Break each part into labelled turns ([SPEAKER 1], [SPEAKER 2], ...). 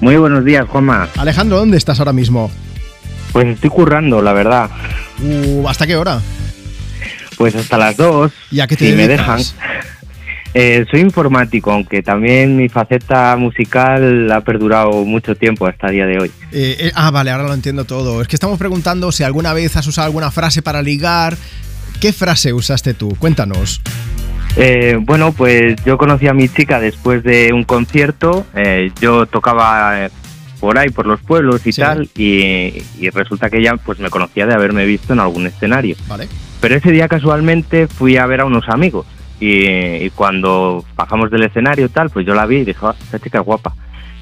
[SPEAKER 1] Muy buenos días, Juanma.
[SPEAKER 2] Alejandro, ¿dónde estás ahora mismo?
[SPEAKER 1] Pues estoy currando, la verdad.
[SPEAKER 2] Uh, ¿Hasta qué hora?
[SPEAKER 1] Pues hasta las dos.
[SPEAKER 2] ¿Y a qué te
[SPEAKER 1] si me dejan.
[SPEAKER 2] dedicas?
[SPEAKER 1] Eh, soy informático, aunque también mi faceta musical ha perdurado mucho tiempo hasta día de hoy.
[SPEAKER 2] Eh, eh, ah, vale, ahora lo entiendo todo. Es que estamos preguntando si alguna vez has usado alguna frase para ligar. ¿Qué frase usaste tú? Cuéntanos.
[SPEAKER 1] Eh, bueno, pues yo conocí a mi chica después de un concierto. Eh, yo tocaba eh, por ahí, por los pueblos y
[SPEAKER 2] Sí.
[SPEAKER 1] tal, y, y resulta que ella pues me conocía de haberme visto en algún escenario.
[SPEAKER 2] Vale.
[SPEAKER 1] Pero ese día casualmente fui a ver a unos amigos y, y cuando bajamos del escenario tal, pues yo la vi y dije, "Ah, esta chica es guapa.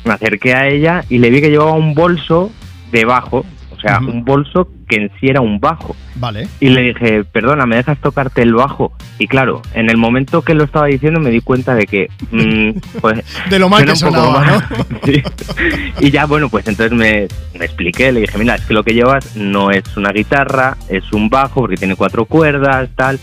[SPEAKER 1] Me acerqué a ella y le vi que llevaba un bolso debajo, o sea,
[SPEAKER 2] Ujú.
[SPEAKER 1] un bolso que en sí era un bajo.
[SPEAKER 2] Vale.
[SPEAKER 1] Y le dije, perdona, ¿me dejas tocarte el bajo? Y claro, en el momento que lo estaba diciendo me di cuenta de que, mm, pues...
[SPEAKER 2] De lo mal que
[SPEAKER 1] suena un poco
[SPEAKER 2] sonaba, ¿no?
[SPEAKER 1] mal. Sí. Y ya, bueno, pues entonces me, me expliqué, le dije, mira, es que lo que llevas no es una guitarra, es un bajo, porque tiene cuatro cuerdas, tal.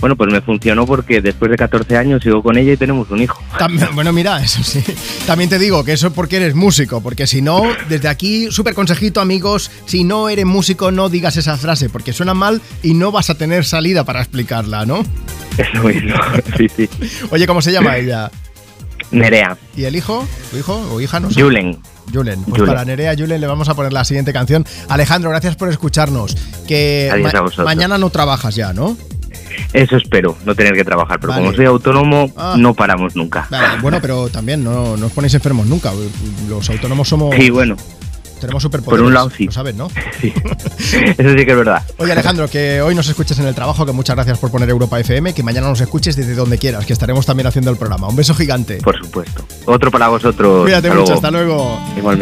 [SPEAKER 1] Bueno, pues me funcionó porque después de 14 años sigo con ella y tenemos un hijo.
[SPEAKER 2] También- bueno, mira, eso sí. También te digo que eso es porque eres músico, porque si no, desde aquí, súper consejito, amigos, si no eres músico, no digas esa frase, porque suena mal y no vas a tener salida para explicarla, ¿no?
[SPEAKER 1] Eso mismo, sí, sí.
[SPEAKER 2] Oye, ¿cómo se llama ella?
[SPEAKER 1] Nerea,
[SPEAKER 2] ¿Y el hijo? ¿Tu hijo o hija? No sé.
[SPEAKER 1] Julen,
[SPEAKER 2] Julen. Pues
[SPEAKER 1] Julen.
[SPEAKER 2] para Nerea Julen le vamos a poner la siguiente canción. Alejandro, gracias por escucharnos. Que
[SPEAKER 1] Adiós a vosotros.
[SPEAKER 2] mañana no trabajas ya, ¿no?
[SPEAKER 1] eso espero, no tener que trabajar, pero
[SPEAKER 2] Vale.
[SPEAKER 1] como soy autónomo,
[SPEAKER 2] Ah.
[SPEAKER 1] no paramos nunca.
[SPEAKER 2] Vale, bueno, pero también no, no os ponéis enfermos nunca. Los autónomos somos
[SPEAKER 1] Y bueno,
[SPEAKER 2] tenemos superpoderes.
[SPEAKER 1] por un lado sí.
[SPEAKER 2] Lo sabes, ¿no?
[SPEAKER 1] sí, eso sí que es verdad.
[SPEAKER 2] Oye Alejandro, que hoy nos escuches en el trabajo, que muchas gracias por poner Europa FM, que mañana nos escuches desde donde quieras, que estaremos también haciendo el programa. Un beso gigante.
[SPEAKER 1] Por supuesto. Otro para vosotros.
[SPEAKER 2] Cuídate mucho,
[SPEAKER 1] Pues, luego.
[SPEAKER 2] hasta luego.
[SPEAKER 1] Igualmente.